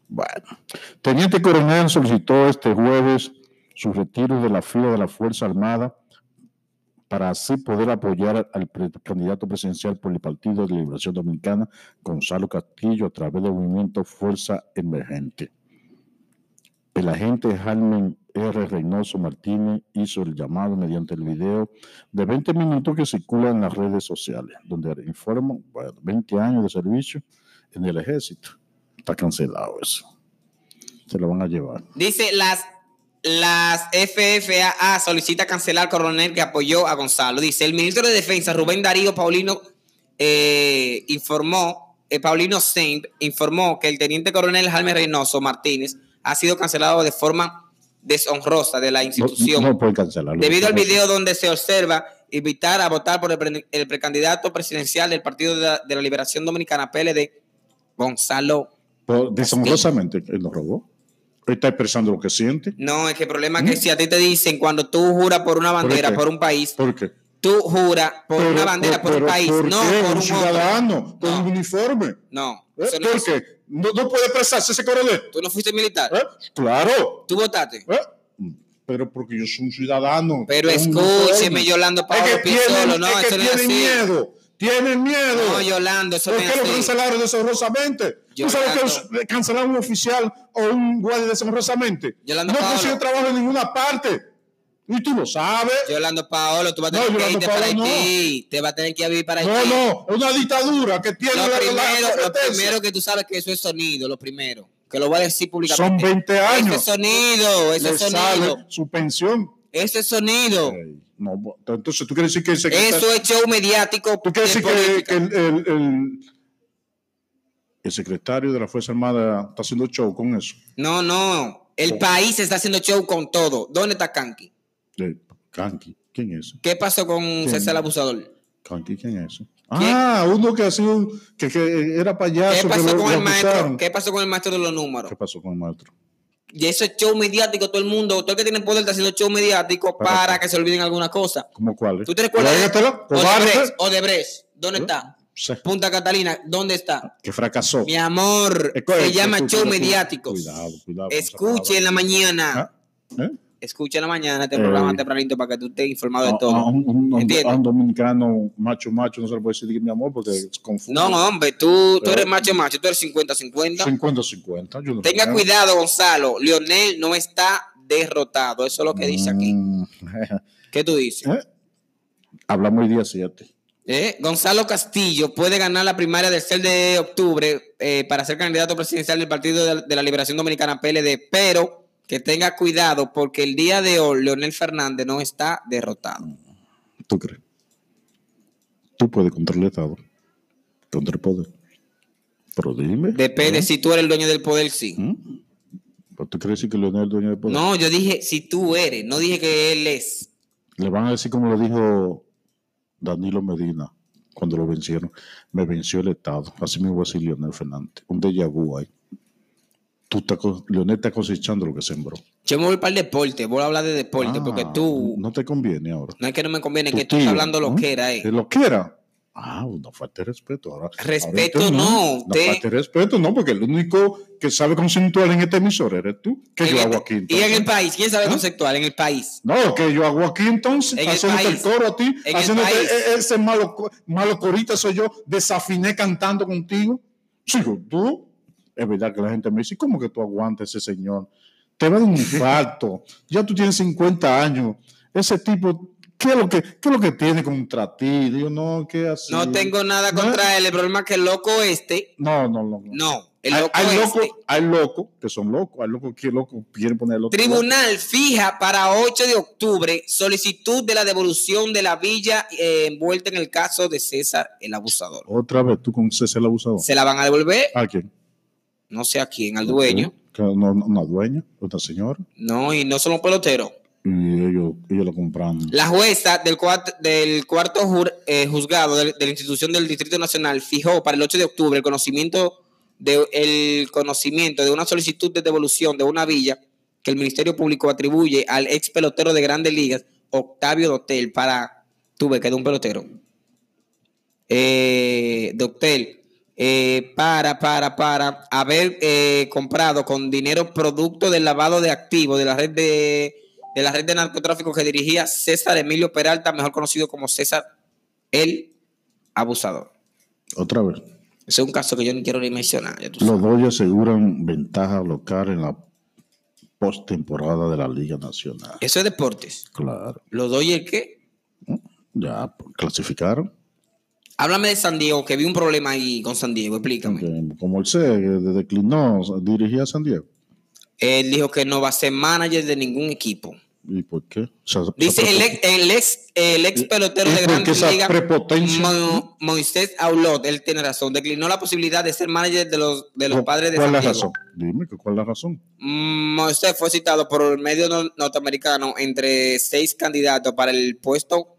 [SPEAKER 2] Bueno, Teniente Coronel solicitó este jueves su retiro de la fila de la Fuerza Armada para así poder apoyar al pre- candidato presidencial por el Partido de Liberación Dominicana, Gonzalo Castillo, a través del movimiento Fuerza Emergente. El agente Harmen R. Reynoso Martínez hizo el llamado mediante el video de 20 minutos que circula en las redes sociales, donde informan bueno, 20 años de servicio en el ejército. Está cancelado eso. Se lo van a llevar.
[SPEAKER 1] Dice las las FFAA solicita cancelar al coronel que apoyó a Gonzalo. Dice el ministro de Defensa Rubén Darío Paulino eh, informó eh, Paulino Saint informó que el teniente coronel Jaime Reynoso Martínez ha sido cancelado de forma deshonrosa de la
[SPEAKER 2] No,
[SPEAKER 1] institución.
[SPEAKER 2] no pueden cancelarlo.
[SPEAKER 1] Debido al video donde se observa invitar a votar por el, pre- el precandidato presidencial del Partido de la, de la Liberación Dominicana PLD, Gonzalo.
[SPEAKER 2] Pero Deshonrosamente, él lo robó. Él está expresando lo que siente.
[SPEAKER 1] No, es que el problema es que si a ti te dicen cuando tú juras por una bandera,
[SPEAKER 2] ¿Mm? qué?
[SPEAKER 1] por, un país,
[SPEAKER 2] ¿Por qué?
[SPEAKER 1] tú juras por
[SPEAKER 2] Pero-
[SPEAKER 1] una bandera, por,
[SPEAKER 2] pero-
[SPEAKER 1] un país,
[SPEAKER 2] ¿por
[SPEAKER 1] no
[SPEAKER 2] qué?
[SPEAKER 1] por
[SPEAKER 2] un
[SPEAKER 1] un
[SPEAKER 2] ciudadano, con un
[SPEAKER 1] No,
[SPEAKER 2] uniforme.
[SPEAKER 1] no,
[SPEAKER 2] ¿Eh?
[SPEAKER 1] eso no
[SPEAKER 2] ¿Por
[SPEAKER 1] es-
[SPEAKER 2] qué? No, no puede expresarse ese coronel.
[SPEAKER 1] tú no fuiste militar,
[SPEAKER 2] ¿Eh? Claro.
[SPEAKER 1] tú votaste.
[SPEAKER 2] ¿Eh? Pero porque yo soy un ciudadano.
[SPEAKER 1] Pero
[SPEAKER 2] con un uniforme.
[SPEAKER 1] escúcheme, Yolando Pablo
[SPEAKER 2] Es que
[SPEAKER 1] Pizzolo,
[SPEAKER 2] tienen,
[SPEAKER 1] no,
[SPEAKER 2] es que
[SPEAKER 1] eso no es
[SPEAKER 2] tienen
[SPEAKER 1] así.
[SPEAKER 2] miedo. Tienen miedo.
[SPEAKER 1] No, Yolando, eso
[SPEAKER 2] ¿Por
[SPEAKER 1] no es
[SPEAKER 2] qué lo
[SPEAKER 1] así.
[SPEAKER 2] cancelaron deshonrosamente?
[SPEAKER 1] Yo
[SPEAKER 2] ¿Tú sabes
[SPEAKER 1] tanto-
[SPEAKER 2] que es cancelar un oficial o un guardia deshonrosamente?
[SPEAKER 1] Yolanda
[SPEAKER 2] no
[SPEAKER 1] Paola.
[SPEAKER 2] consigue trabajo en ninguna parte. Y tú lo sabes.
[SPEAKER 1] Yolando Paolo, tú vas a
[SPEAKER 2] No,
[SPEAKER 1] tener que
[SPEAKER 2] Yolando
[SPEAKER 1] irte para
[SPEAKER 2] Paolo, no.
[SPEAKER 1] Haití, te vas a tener que vivir para
[SPEAKER 2] no,
[SPEAKER 1] Haití.
[SPEAKER 2] no, es una dictadura que tiene
[SPEAKER 1] Lo
[SPEAKER 2] la- la
[SPEAKER 1] primero, lo
[SPEAKER 2] competencia.
[SPEAKER 1] primero que tú sabes que eso es sonido, lo primero. Que lo voy a decir públicamente.
[SPEAKER 2] Son 20
[SPEAKER 1] Ese
[SPEAKER 2] años.
[SPEAKER 1] sonido, ese
[SPEAKER 2] Le sale
[SPEAKER 1] sonido,
[SPEAKER 2] su pensión.
[SPEAKER 1] ese sonido.
[SPEAKER 2] Ey, no, bo- entonces, ¿tú quieres decir que el secretario-
[SPEAKER 1] Eso es show mediático.
[SPEAKER 2] ¿Tú quieres
[SPEAKER 1] de
[SPEAKER 2] decir que,
[SPEAKER 1] política.
[SPEAKER 2] que el, el- el- el secretario de la Fuerza Armada está haciendo show con eso?
[SPEAKER 1] No, no. El país está haciendo show con todo. ¿Dónde está Kanki?
[SPEAKER 2] Eh, Kanki, ¿quién es?
[SPEAKER 1] ¿Qué pasó con César el Abusador?
[SPEAKER 2] Kanki, ¿quién es? Ah, uno que ha sido, que, que era
[SPEAKER 1] ¿Qué
[SPEAKER 2] payaso.
[SPEAKER 1] pasó
[SPEAKER 2] que Ah, lo-
[SPEAKER 1] con
[SPEAKER 2] lo
[SPEAKER 1] el maestro?
[SPEAKER 2] acusaron.
[SPEAKER 1] ¿Qué pasó con el maestro de los números?
[SPEAKER 2] ¿Qué pasó con el maestro?
[SPEAKER 1] Y eso es show mediático, todo el mundo, todo el que tiene poder está haciendo show mediático
[SPEAKER 2] Para
[SPEAKER 1] para,
[SPEAKER 2] qué.
[SPEAKER 1] que se olviden alguna cosa.
[SPEAKER 2] ¿Cómo cuál? eh? es?
[SPEAKER 1] ¿Tú te recuerdas?
[SPEAKER 2] Tráigatelo, cobarde.
[SPEAKER 1] Odebrecht, Odebrecht, ¿dónde
[SPEAKER 2] ¿Eh?
[SPEAKER 1] está?
[SPEAKER 2] Sí,
[SPEAKER 1] Punta Catalina, ¿dónde está?
[SPEAKER 2] Que fracasó. Eh,
[SPEAKER 1] Mi amor,
[SPEAKER 2] Es
[SPEAKER 1] se
[SPEAKER 2] correcto,
[SPEAKER 1] llama
[SPEAKER 2] escucha,
[SPEAKER 1] show
[SPEAKER 2] escucha,
[SPEAKER 1] mediático.
[SPEAKER 2] Cuidado, cuidado. con esa
[SPEAKER 1] Escuche en la
[SPEAKER 2] palabra.
[SPEAKER 1] mañana,
[SPEAKER 2] ¿Eh?
[SPEAKER 1] escuche en la mañana este
[SPEAKER 2] Eh.
[SPEAKER 1] programa tempranito para que tú estés informado de
[SPEAKER 2] A, a
[SPEAKER 1] todo.
[SPEAKER 2] un, un- a un-
[SPEAKER 1] Entiendo.
[SPEAKER 2] a un dominicano macho macho no se le puede decir que mi amor porque es confuso.
[SPEAKER 1] No, hombre, tú, tú
[SPEAKER 2] Eh.
[SPEAKER 1] eres macho macho, tú eres 50-50.
[SPEAKER 2] 50-50. yo no
[SPEAKER 1] Tenga
[SPEAKER 2] sé.
[SPEAKER 1] cuidado, Gonzalo. Lionel no está derrotado. Eso es lo que dice aquí.
[SPEAKER 2] Mm,
[SPEAKER 1] ¿Qué tú dices?
[SPEAKER 2] ¿eh? Hablamos el día 7.
[SPEAKER 1] Eh, Gonzalo Castillo puede ganar la primaria del 6 de octubre eh, para ser candidato presidencial del Partido de, de la Liberación Dominicana PLD, pero que tenga cuidado porque el día de hoy Leonel Fernández no está derrotado.
[SPEAKER 2] ¿Tú crees? Tú puedes contra el Estado, contra el poder. Pero dime.
[SPEAKER 1] Depende si tú eres el dueño del poder, sí.
[SPEAKER 2] ¿Mm? ¿Pero ¿Tú crees que Leonel es el dueño del poder?
[SPEAKER 1] No, yo dije si tú eres, no dije que él es.
[SPEAKER 2] Le van a decir como lo dijo Danilo Medina cuando lo vencieron. Me venció el Estado. Así mismo va a decir Leonel Fernández. Un déjà vu ahí. Tú estás co- Leonel está cosechando lo que sembró.
[SPEAKER 1] Yo me voy para el deporte, voy a hablar de deporte
[SPEAKER 2] Ah,
[SPEAKER 1] porque tú, no,
[SPEAKER 2] No te conviene ahora.
[SPEAKER 1] es que no me conviene,
[SPEAKER 2] Tu
[SPEAKER 1] que tú estás
[SPEAKER 2] tío,
[SPEAKER 1] hablando lo
[SPEAKER 2] ¿no?
[SPEAKER 1] que era. eh.
[SPEAKER 2] Que lo quiera. Ah, no falta de respeto. Ahora,
[SPEAKER 1] Respeto
[SPEAKER 2] ahorita
[SPEAKER 1] no, usted-
[SPEAKER 2] No falta de respeto no, porque el único que sabe consensuar en este emisor eres tú. ¿Qué
[SPEAKER 1] En
[SPEAKER 2] yo
[SPEAKER 1] el-
[SPEAKER 2] hago aquí?
[SPEAKER 1] y en
[SPEAKER 2] entonces?
[SPEAKER 1] el país, ¿quién sabe
[SPEAKER 2] ¿Ah?
[SPEAKER 1] conceptual? En el país.
[SPEAKER 2] No, que yo hago aquí entonces,
[SPEAKER 1] En el
[SPEAKER 2] haciéndote el
[SPEAKER 1] país.
[SPEAKER 2] coro a ti,
[SPEAKER 1] En el
[SPEAKER 2] haciéndote
[SPEAKER 1] país.
[SPEAKER 2] e- ese malo, co- malo corita soy yo, desafiné cantando contigo. Sigo, tú, es verdad que la gente me dice, ¿cómo que tú aguantas ese señor? Te va a
[SPEAKER 1] (laughs)
[SPEAKER 2] dar un infarto, ya tú tienes 50 años, ese tipo, ¿qué es lo que, qué es lo que tiene contra ti? Digo, no, ¿qué así?
[SPEAKER 1] No tengo nada
[SPEAKER 2] No.
[SPEAKER 1] contra él. El problema es que el loco este.
[SPEAKER 2] No, no, no. no.
[SPEAKER 1] No, el
[SPEAKER 2] hay,
[SPEAKER 1] loco
[SPEAKER 2] hay loco,
[SPEAKER 1] este.
[SPEAKER 2] hay loco que son locos, hay locos que loco quieren poner el otro lado.
[SPEAKER 1] Tribunal fija para 8 de octubre solicitud de la devolución de la villa eh, envuelta en el caso de César el abusador.
[SPEAKER 2] Otra vez tú con César el abusador.
[SPEAKER 1] Se la van a devolver,
[SPEAKER 2] ¿A quién?
[SPEAKER 1] no sé a quién, al dueño.
[SPEAKER 2] Ok, claro, no, no, una dueña, otra señora.
[SPEAKER 1] No, y no son los peloteros.
[SPEAKER 2] y ellos, ellos lo compraron.
[SPEAKER 1] La jueza del, cuart- del cuarto jur- eh, juzgado del- de, la institución del Distrito Nacional fijó para el 8 de octubre el conocimiento de, el conocimiento de una solicitud de devolución de una villa que el Ministerio Público atribuye al ex pelotero de grandes ligas, Octavio Dotel, para... Tuve que de un pelotero. Eh, Dotel, eh, para, para, para haber eh, comprado con dinero producto del lavado de activos de la red de de la red de narcotráfico que dirigía César Emilio Peralta, mejor conocido como César el Abusador.
[SPEAKER 2] Otra vez.
[SPEAKER 1] Ese es un caso que yo no quiero ni mencionar. ya tú sabes.
[SPEAKER 2] Los Dodgers aseguran ventaja local en la postemporada de la Liga Nacional.
[SPEAKER 1] Eso es deportes.
[SPEAKER 2] Claro.
[SPEAKER 1] ¿Los Dodgers qué?
[SPEAKER 2] Ya pues, clasificaron.
[SPEAKER 1] Háblame de San Diego, que vi un problema ahí con San Diego, explícame.
[SPEAKER 2] Que Eh, Como el C, declinó, dirigía a San Diego.
[SPEAKER 1] Él dijo que no va a ser manager de ningún equipo.
[SPEAKER 2] ¿Y por qué? O sea,
[SPEAKER 1] Dice el ex, el ex, el ex pelotero
[SPEAKER 2] ¿Y
[SPEAKER 1] de
[SPEAKER 2] por qué
[SPEAKER 1] Grandes
[SPEAKER 2] esa
[SPEAKER 1] Ligas,
[SPEAKER 2] prepotencia?
[SPEAKER 1] Mo- Moisés Aulot, él tiene razón, declinó la posibilidad de ser manager de los, de los padres de
[SPEAKER 2] ¿Cuál
[SPEAKER 1] San
[SPEAKER 2] es la
[SPEAKER 1] Diego.
[SPEAKER 2] razón? Dime, que ¿cuál es la razón?
[SPEAKER 1] Moisés fue citado por el medio no- norteamericano entre seis candidatos para el puesto,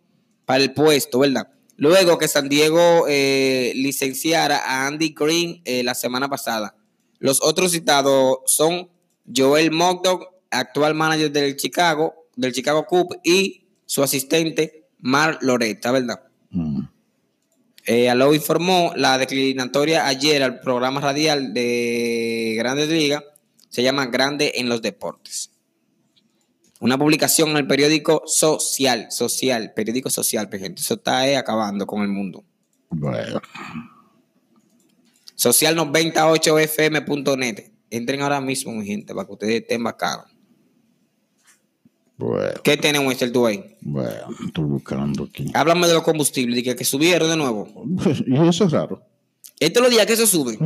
[SPEAKER 1] para el puesto, ¿verdad? Luego que San Diego eh, licenciara a Andy Green eh, la semana pasada. Los otros citados son Joel Mogdog, actual manager del Chicago, del Chicago Cubs, y su asistente Mar Loretta, ¿verdad?
[SPEAKER 2] Mm.
[SPEAKER 1] Eh, Alou informó la declinatoria ayer al programa radial de Grandes Ligas, se llama Grande en los Deportes. Una publicación en el periódico Social, Social, periódico Social, pues, gente. Eso está eh, acabando con el mundo.
[SPEAKER 2] Bueno,
[SPEAKER 1] Social98fm.net. Entren ahora mismo, mi gente, para que ustedes estén bacanos.
[SPEAKER 2] bueno,
[SPEAKER 1] ¿Qué tenemos, Mr. tú ahí?
[SPEAKER 2] bueno, estoy buscando aquí. (laughs)
[SPEAKER 1] Háblame de los combustibles, de que, que subieron de nuevo.
[SPEAKER 2] Y eso es raro.
[SPEAKER 1] Estos los días que eso sube.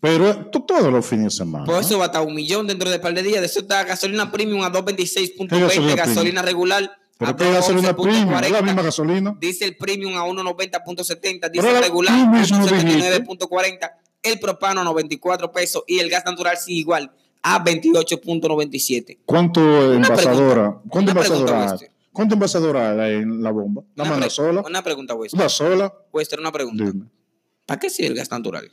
[SPEAKER 2] Pero tú todos los fines de semana.
[SPEAKER 1] Por eso va hasta un millón dentro de par de días. De eso está gasolina premium a 226.20,
[SPEAKER 2] ¿Qué gasolina
[SPEAKER 1] gasolina,
[SPEAKER 2] premium?
[SPEAKER 1] regular.
[SPEAKER 2] Pero
[SPEAKER 1] a
[SPEAKER 2] que va a ser una prima, es la
[SPEAKER 1] 211.40,
[SPEAKER 2] misma gasolina.
[SPEAKER 1] Diésel premium a 190.70,
[SPEAKER 2] Pero la-
[SPEAKER 1] diésel regular
[SPEAKER 2] tú
[SPEAKER 1] a
[SPEAKER 2] mismo dijiste.
[SPEAKER 1] 179.40, el propano a 94 pesos y el gas natural sigue igual a 28.97.
[SPEAKER 2] ¿Cuánto envasadora?
[SPEAKER 1] pregunta,
[SPEAKER 2] ¿Cuánto
[SPEAKER 1] una pregunta,
[SPEAKER 2] envasadora?
[SPEAKER 1] Wester.
[SPEAKER 2] ¿Cuánto envasadora hay en la bomba? ¿La
[SPEAKER 1] Una
[SPEAKER 2] manda
[SPEAKER 1] pre-
[SPEAKER 2] sola?
[SPEAKER 1] Una pregunta, Wester.
[SPEAKER 2] ¿Una sola?
[SPEAKER 1] Wester, una pregunta.
[SPEAKER 2] Dime.
[SPEAKER 1] ¿Para qué sirve el gas natural?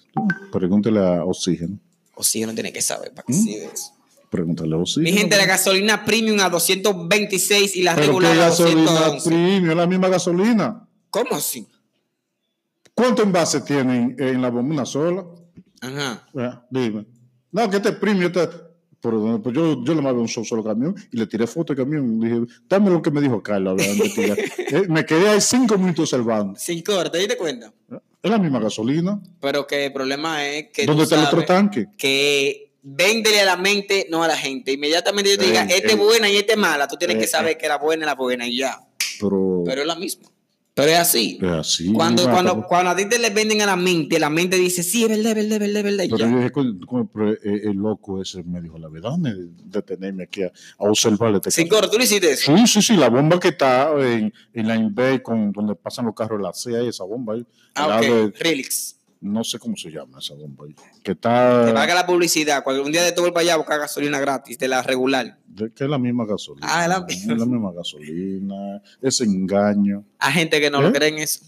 [SPEAKER 2] Pregúntale a oxígeno.
[SPEAKER 1] O si uno tiene que saber para qué
[SPEAKER 2] ¿Mm?
[SPEAKER 1] sirve eso.
[SPEAKER 2] Pregúntale a
[SPEAKER 1] Mi
[SPEAKER 2] oxígeno.
[SPEAKER 1] gente, la gasolina premium a 226 y la
[SPEAKER 2] Pero
[SPEAKER 1] regular
[SPEAKER 2] qué
[SPEAKER 1] a
[SPEAKER 2] gasolina
[SPEAKER 1] 211.
[SPEAKER 2] premium, es la misma gasolina.
[SPEAKER 1] ¿Cómo así?
[SPEAKER 2] ¿Cuánto envase tienen en la bomba? ¿Una sola?
[SPEAKER 1] Ajá.
[SPEAKER 2] Eh, Dime. No, que este premium, este... Pero, pues yo, yo le mandé un so- solo camión y le tiré foto al camión y dije, dame lo que me dijo Carlos. a ver,
[SPEAKER 1] (laughs)
[SPEAKER 2] antes de tirar. Eh, me quedé ahí cinco minutos observando.
[SPEAKER 1] Sin corte, ¿te das cuenta?
[SPEAKER 2] Es la misma gasolina.
[SPEAKER 1] Pero que el problema es que.
[SPEAKER 2] ¿Dónde
[SPEAKER 1] tú
[SPEAKER 2] está el otro
[SPEAKER 1] sabes
[SPEAKER 2] tanque?
[SPEAKER 1] Que véndele a la mente, no a la gente. Inmediatamente yo te
[SPEAKER 2] Ey,
[SPEAKER 1] diga, esta
[SPEAKER 2] ey.
[SPEAKER 1] es buena y esta es mala. Tú tienes
[SPEAKER 2] Ey,
[SPEAKER 1] que saber que la buena es la buena y ya.
[SPEAKER 2] Pero,
[SPEAKER 1] Pero es la misma. Pero es así.
[SPEAKER 2] es así.
[SPEAKER 1] Cuando,
[SPEAKER 2] Ah,
[SPEAKER 1] cuando,
[SPEAKER 2] pero-
[SPEAKER 1] cuando a ti te le venden a la mente, la mente dice, sí, es verdad, es verdad, es verdad, es verdad. y
[SPEAKER 2] Pero
[SPEAKER 1] ya.
[SPEAKER 2] yo dije, "Coño, coño, pero, eh, el loco ese me dijo la verdad, me detenerme aquí a, a observar este
[SPEAKER 1] Sin
[SPEAKER 2] caso".
[SPEAKER 1] corte, tú no hiciste eso.
[SPEAKER 2] Sí, sí, sí, la bomba que está en, en la Inbay, con donde pasan los carros de la CEA y esa bomba ahí. al
[SPEAKER 1] Ah,
[SPEAKER 2] lado
[SPEAKER 1] ok.
[SPEAKER 2] de-
[SPEAKER 1] Relix.
[SPEAKER 2] no sé cómo se llama esa bomba ahí. Que
[SPEAKER 1] Te
[SPEAKER 2] está.
[SPEAKER 1] paga la publicidad. Cuando un día de todo el para allá, busca gasolina gratis, de la regular.
[SPEAKER 2] de- que es la misma gasolina.
[SPEAKER 1] Ah, es la-
[SPEAKER 2] es la misma gasolina. Ese engaño.
[SPEAKER 1] a gente que no
[SPEAKER 2] ¿Eh?
[SPEAKER 1] lo creen eso.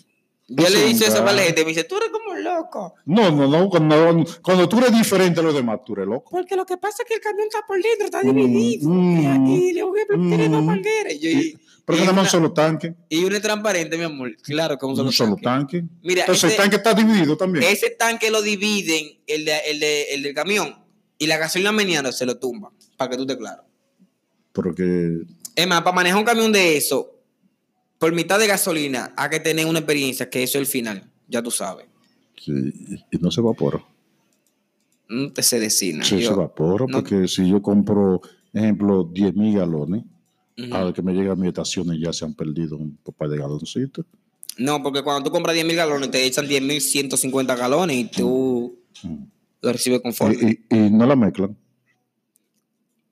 [SPEAKER 1] Yo
[SPEAKER 2] Eso
[SPEAKER 1] le he dicho eso a
[SPEAKER 2] nunca.
[SPEAKER 1] varias gente, me dice, tú eres como un loco,
[SPEAKER 2] No, no, no. Cuando, cuando tú eres diferente a los demás, tú eres loco.
[SPEAKER 1] porque lo que pasa es que el camión está por dentro, está
[SPEAKER 2] Mm,
[SPEAKER 1] dividido, y
[SPEAKER 2] mm,
[SPEAKER 1] aquí le voy a meter dos
[SPEAKER 2] mm.
[SPEAKER 1] mangueras. Yo, y,
[SPEAKER 2] Pero
[SPEAKER 1] y
[SPEAKER 2] que nada más un
[SPEAKER 1] una-
[SPEAKER 2] solo tanque.
[SPEAKER 1] y uno es transparente, mi amor, claro que es un solo,
[SPEAKER 2] Un solo
[SPEAKER 1] tanque.
[SPEAKER 2] tanque.
[SPEAKER 1] Mira, este
[SPEAKER 2] Entonces el
[SPEAKER 1] ese,
[SPEAKER 2] tanque está dividido también.
[SPEAKER 1] ese tanque lo dividen, el, de- el, de- el del camión, y la gasolina meniana se lo tumba, para que tú te claro.
[SPEAKER 2] Porque
[SPEAKER 1] Es más, para manejar un camión de eso, por mitad de gasolina, hay que tener una experiencia, que eso es el final, ya tú sabes.
[SPEAKER 2] Sí, y no se evapora.
[SPEAKER 1] No te se decina.
[SPEAKER 2] Sí,
[SPEAKER 1] yo-
[SPEAKER 2] se evapora
[SPEAKER 1] no-
[SPEAKER 2] porque si yo compro, ejemplo, 10 mil galones,
[SPEAKER 1] Ujú.
[SPEAKER 2] a ver que me llega a mi estación y ya se han perdido un par de galoncitos.
[SPEAKER 1] No, porque cuando tú compras 10.000 galones, te echan 10.150 galones y tú
[SPEAKER 2] Mm.
[SPEAKER 1] lo recibes conforme.
[SPEAKER 2] Y, y- y no la mezclan.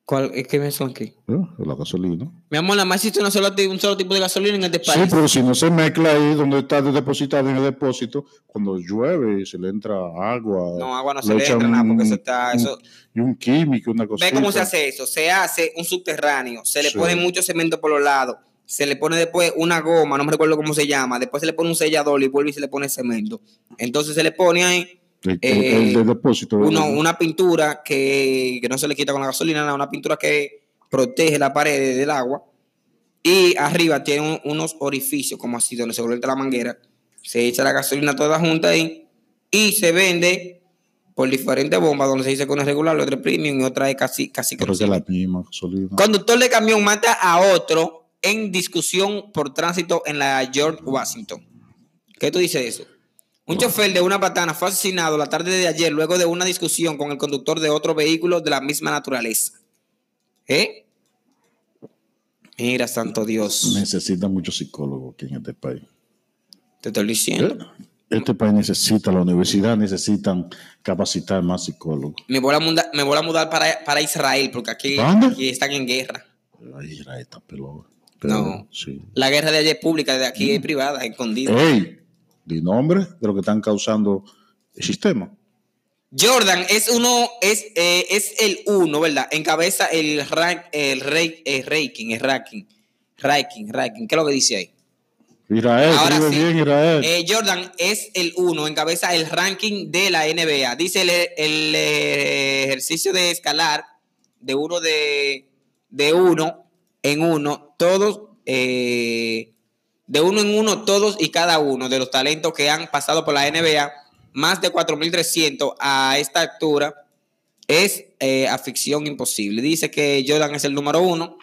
[SPEAKER 1] ¿Cuál? Es que me son aquí.
[SPEAKER 2] ¿eh? La gasolina.
[SPEAKER 1] Mi amor, nada más existe una sola ti- un solo tipo de gasolina en este
[SPEAKER 2] Sí,
[SPEAKER 1] país.
[SPEAKER 2] pero si no se mezcla ahí donde está depositada en el depósito, cuando llueve y se le entra agua.
[SPEAKER 1] No, ah. agua no
[SPEAKER 2] le
[SPEAKER 1] se le
[SPEAKER 2] echan
[SPEAKER 1] entra nada porque
[SPEAKER 2] un-
[SPEAKER 1] eso está.
[SPEAKER 2] un-
[SPEAKER 1] Eso,
[SPEAKER 2] Y un químico, una cosa.
[SPEAKER 1] ¿Ve cómo se hace eso? Se hace un subterráneo, se le
[SPEAKER 2] Sí.
[SPEAKER 1] pone mucho cemento por los lados, se le pone después una goma, no me recuerdo cómo se llama, después se le pone un sellador y vuelve y se le pone cemento. Entonces se le pone ahí
[SPEAKER 2] El,
[SPEAKER 1] eh,
[SPEAKER 2] el del depósito. ¿verdad?
[SPEAKER 1] uno- una pintura que, que no se le quita con la gasolina, nada, una pintura que protege la pared del agua y arriba tiene un- unos orificios como así donde se vuelve la manguera, se echa la gasolina toda junta ahí y se vende por diferentes bombas donde se dice que una es regular, la otra es premium y otra es casi casi
[SPEAKER 2] Creo que
[SPEAKER 1] crucial.
[SPEAKER 2] la misma gasolina.
[SPEAKER 1] Conductor de camión mata a otro en discusión por tránsito en la George Washington. ¿Qué tú dices de eso? Un chofer de una patana fue asesinado la tarde de ayer luego de una discusión con el conductor de otro vehículo de la misma naturaleza. ¿Eh? Mira, santo Dios.
[SPEAKER 2] Necesita mucho psicólogo aquí en este país.
[SPEAKER 1] Te estoy diciendo.
[SPEAKER 2] Este país necesita, la universidad necesitan capacitar más psicólogos.
[SPEAKER 1] Me voy a mudar, me voy a mudar para, para Israel porque aquí,
[SPEAKER 2] ¿Dónde?
[SPEAKER 1] aquí están en guerra.
[SPEAKER 2] Ay, era esta pelota.
[SPEAKER 1] No.
[SPEAKER 2] Sí.
[SPEAKER 1] La guerra de ayer es pública, de aquí es privada, escondida.
[SPEAKER 2] Ey, di nombre de lo que están causando el sistema.
[SPEAKER 1] Jordan es uno, es, eh, es el uno, ¿verdad? Encabeza el rank, el rey, el ranking, el ranking, ranking, ranking. ¿Qué es lo que dice ahí?
[SPEAKER 2] Israel,
[SPEAKER 1] Ahora
[SPEAKER 2] vive
[SPEAKER 1] sí.
[SPEAKER 2] bien Israel.
[SPEAKER 1] Eh, Jordan es el uno, encabeza el ranking de la NBA. Dice el, el, eh, ejercicio de escalar de uno de, de uno en uno, todos, eh, de uno en uno, todos y cada uno de los talentos que han pasado por la NBA, más de 4.300 a esta altura, es eh, afición imposible. Dice que Jordan es el número uno.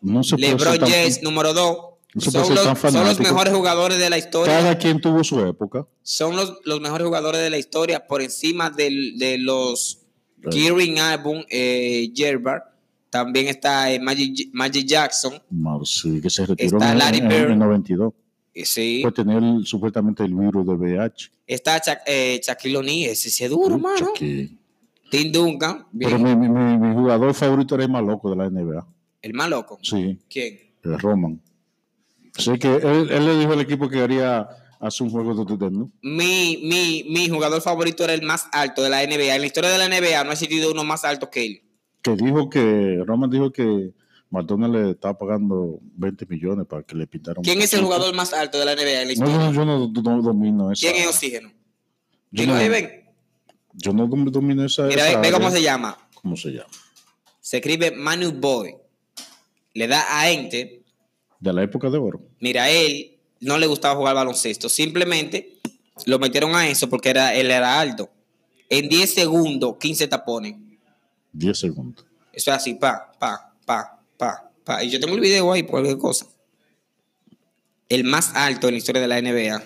[SPEAKER 2] no se puede
[SPEAKER 1] LeBron
[SPEAKER 2] ser tan-
[SPEAKER 1] James, número dos.
[SPEAKER 2] No se
[SPEAKER 1] Son
[SPEAKER 2] puede ser tan
[SPEAKER 1] los, son los
[SPEAKER 2] fanático.
[SPEAKER 1] mejores jugadores de la historia
[SPEAKER 2] Cada quien tuvo su época.
[SPEAKER 1] son los, los mejores jugadores de la historia por encima del- de los
[SPEAKER 2] Claro.
[SPEAKER 1] Kieran Album, eh, Gerber. También está eh, Magic, Magic Jackson.
[SPEAKER 2] Mar- sí, que se retiró
[SPEAKER 1] Está
[SPEAKER 2] en,
[SPEAKER 1] Larry
[SPEAKER 2] en-
[SPEAKER 1] Bird.
[SPEAKER 2] en 92.
[SPEAKER 1] eh, sí.
[SPEAKER 2] Puede tener Pues el- supuestamente el virus de VH.
[SPEAKER 1] Está Sha- eh, Shaquille O'Neal. Ese sí es duro, mano.
[SPEAKER 2] Chucky.
[SPEAKER 1] Tim Duncan. bien.
[SPEAKER 2] Pero mi, mi- mi- mi jugador favorito era el más loco de la NBA.
[SPEAKER 1] El más loco.
[SPEAKER 2] Sí,
[SPEAKER 1] ¿Quién?
[SPEAKER 2] el Roman. Sé que él, él le dijo al equipo que haría hacer un juego de Nintendo.
[SPEAKER 1] Mi, mi, mi jugador favorito era el más alto de la NBA. En la historia de la NBA no ha existido uno más alto que él.
[SPEAKER 2] Que dijo que, Roman dijo que McDonald's le estaba pagando 20 millones para que le pintaran.
[SPEAKER 1] ¿Quién es el jugador más alto de la NBA en la
[SPEAKER 2] No,
[SPEAKER 1] historia?
[SPEAKER 2] yo, yo no, no domino esa.
[SPEAKER 1] ¿Quién es Oxígeno?
[SPEAKER 2] yo,
[SPEAKER 1] Dilo
[SPEAKER 2] no,
[SPEAKER 1] ahí, ven.
[SPEAKER 2] yo no dom- domino esa.
[SPEAKER 1] Mira, ve-
[SPEAKER 2] esa
[SPEAKER 1] ve cómo
[SPEAKER 2] área.
[SPEAKER 1] se llama.
[SPEAKER 2] ¿Cómo se llama?
[SPEAKER 1] se escribe Manu Boy. Le da a Enter.
[SPEAKER 2] De la época de oro.
[SPEAKER 1] Mira, él no le gustaba jugar baloncesto. Simplemente lo metieron a eso porque era, él era alto. En 10 segundos, 15 tapones.
[SPEAKER 2] 10 segundos.
[SPEAKER 1] Eso es así, pa, pa, pa, pa, pa. Y yo tengo el video ahí por cualquier cosa. El más alto en la historia de la NBA.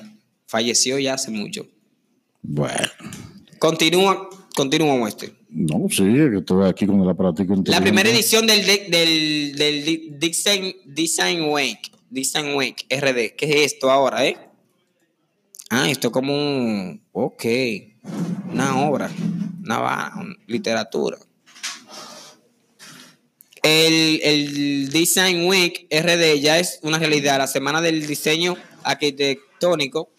[SPEAKER 1] Falleció ya hace mucho.
[SPEAKER 2] Bueno.
[SPEAKER 1] Continúa, continúa con este.
[SPEAKER 2] No, sí, es que estoy aquí con el aparatico.
[SPEAKER 1] La
[SPEAKER 2] inteligente.
[SPEAKER 1] primera edición del, de- del, del di- Design, Design Wake, Design Wake RD. ¿Qué es esto ahora, eh? Ah, esto es como un. Ok. Una obra. Una va- un- literatura. El, el Design Week RD ya es una realidad. La semana del diseño arquitectónico.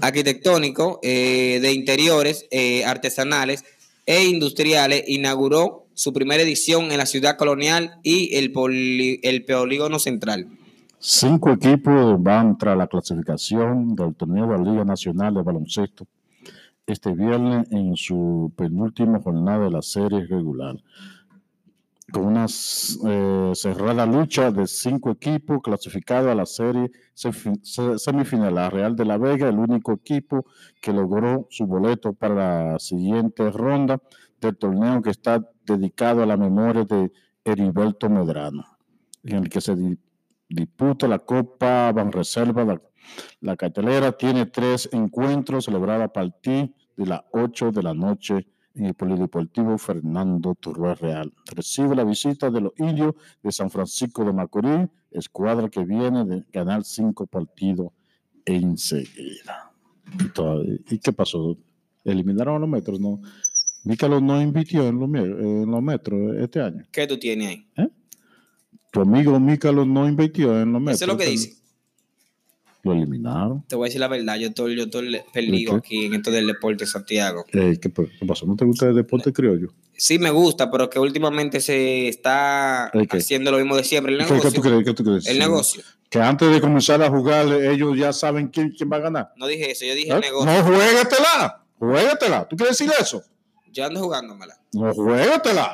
[SPEAKER 1] Arquitectónico eh, de interiores eh, artesanales e industriales inauguró su primera edición en la ciudad colonial y el, poli- el polígono central.
[SPEAKER 2] Cinco equipos van tras la clasificación del torneo de la Liga Nacional de Baloncesto este viernes en su penúltima jornada de la serie regular. Con una eh, cerrada lucha de cinco equipos clasificados a la serie sefi- se- semifinal. La Real de la Vega, el único equipo que logró su boleto para la siguiente ronda del torneo que está dedicado a la memoria de Heriberto Medrano, en el que se di- disputa la Copa Banreserva. La, la cartelera tiene tres encuentros celebrados a partir de las 8 de la noche en el Polideportivo Fernando Turré Real. Recibe la visita de los indios de San Francisco de Macorís, escuadra que viene de ganar cinco partidos enseguida. ¿Y, todavía- ¿y qué pasó? ¿Eliminaron a los metros? No, Dícalo no invirtió en los, mie- en los metros este año.
[SPEAKER 1] ¿Qué tú tienes ahí?
[SPEAKER 2] Tu amigo Mícalo no invirtió en los metros.
[SPEAKER 1] Eso es lo que
[SPEAKER 2] este-
[SPEAKER 1] dice.
[SPEAKER 2] Lo eliminaron.
[SPEAKER 1] Te voy a decir la verdad, yo estoy, yo estoy le- perdido
[SPEAKER 2] Ok.
[SPEAKER 1] aquí en esto del deporte Santiago.
[SPEAKER 2] Eh, ¿qué, pa- qué pasó? ¿No te gusta el deporte criollo?
[SPEAKER 1] Sí me gusta, pero que últimamente se está
[SPEAKER 2] Ok.
[SPEAKER 1] haciendo lo mismo de siempre. El
[SPEAKER 2] ¿Qué, qué
[SPEAKER 1] negocio.
[SPEAKER 2] tú crees? ¿Qué tú crees?
[SPEAKER 1] El negocio.
[SPEAKER 2] Que antes de comenzar a jugar, ellos ya saben quién, quién va a ganar.
[SPEAKER 1] No dije eso, yo dije
[SPEAKER 2] ¿Eh?
[SPEAKER 1] el negocio.
[SPEAKER 2] No, juégatela. Juégatela. ¿Tú quieres decir eso?
[SPEAKER 1] Yo ando jugándomela.
[SPEAKER 2] No, juégatela.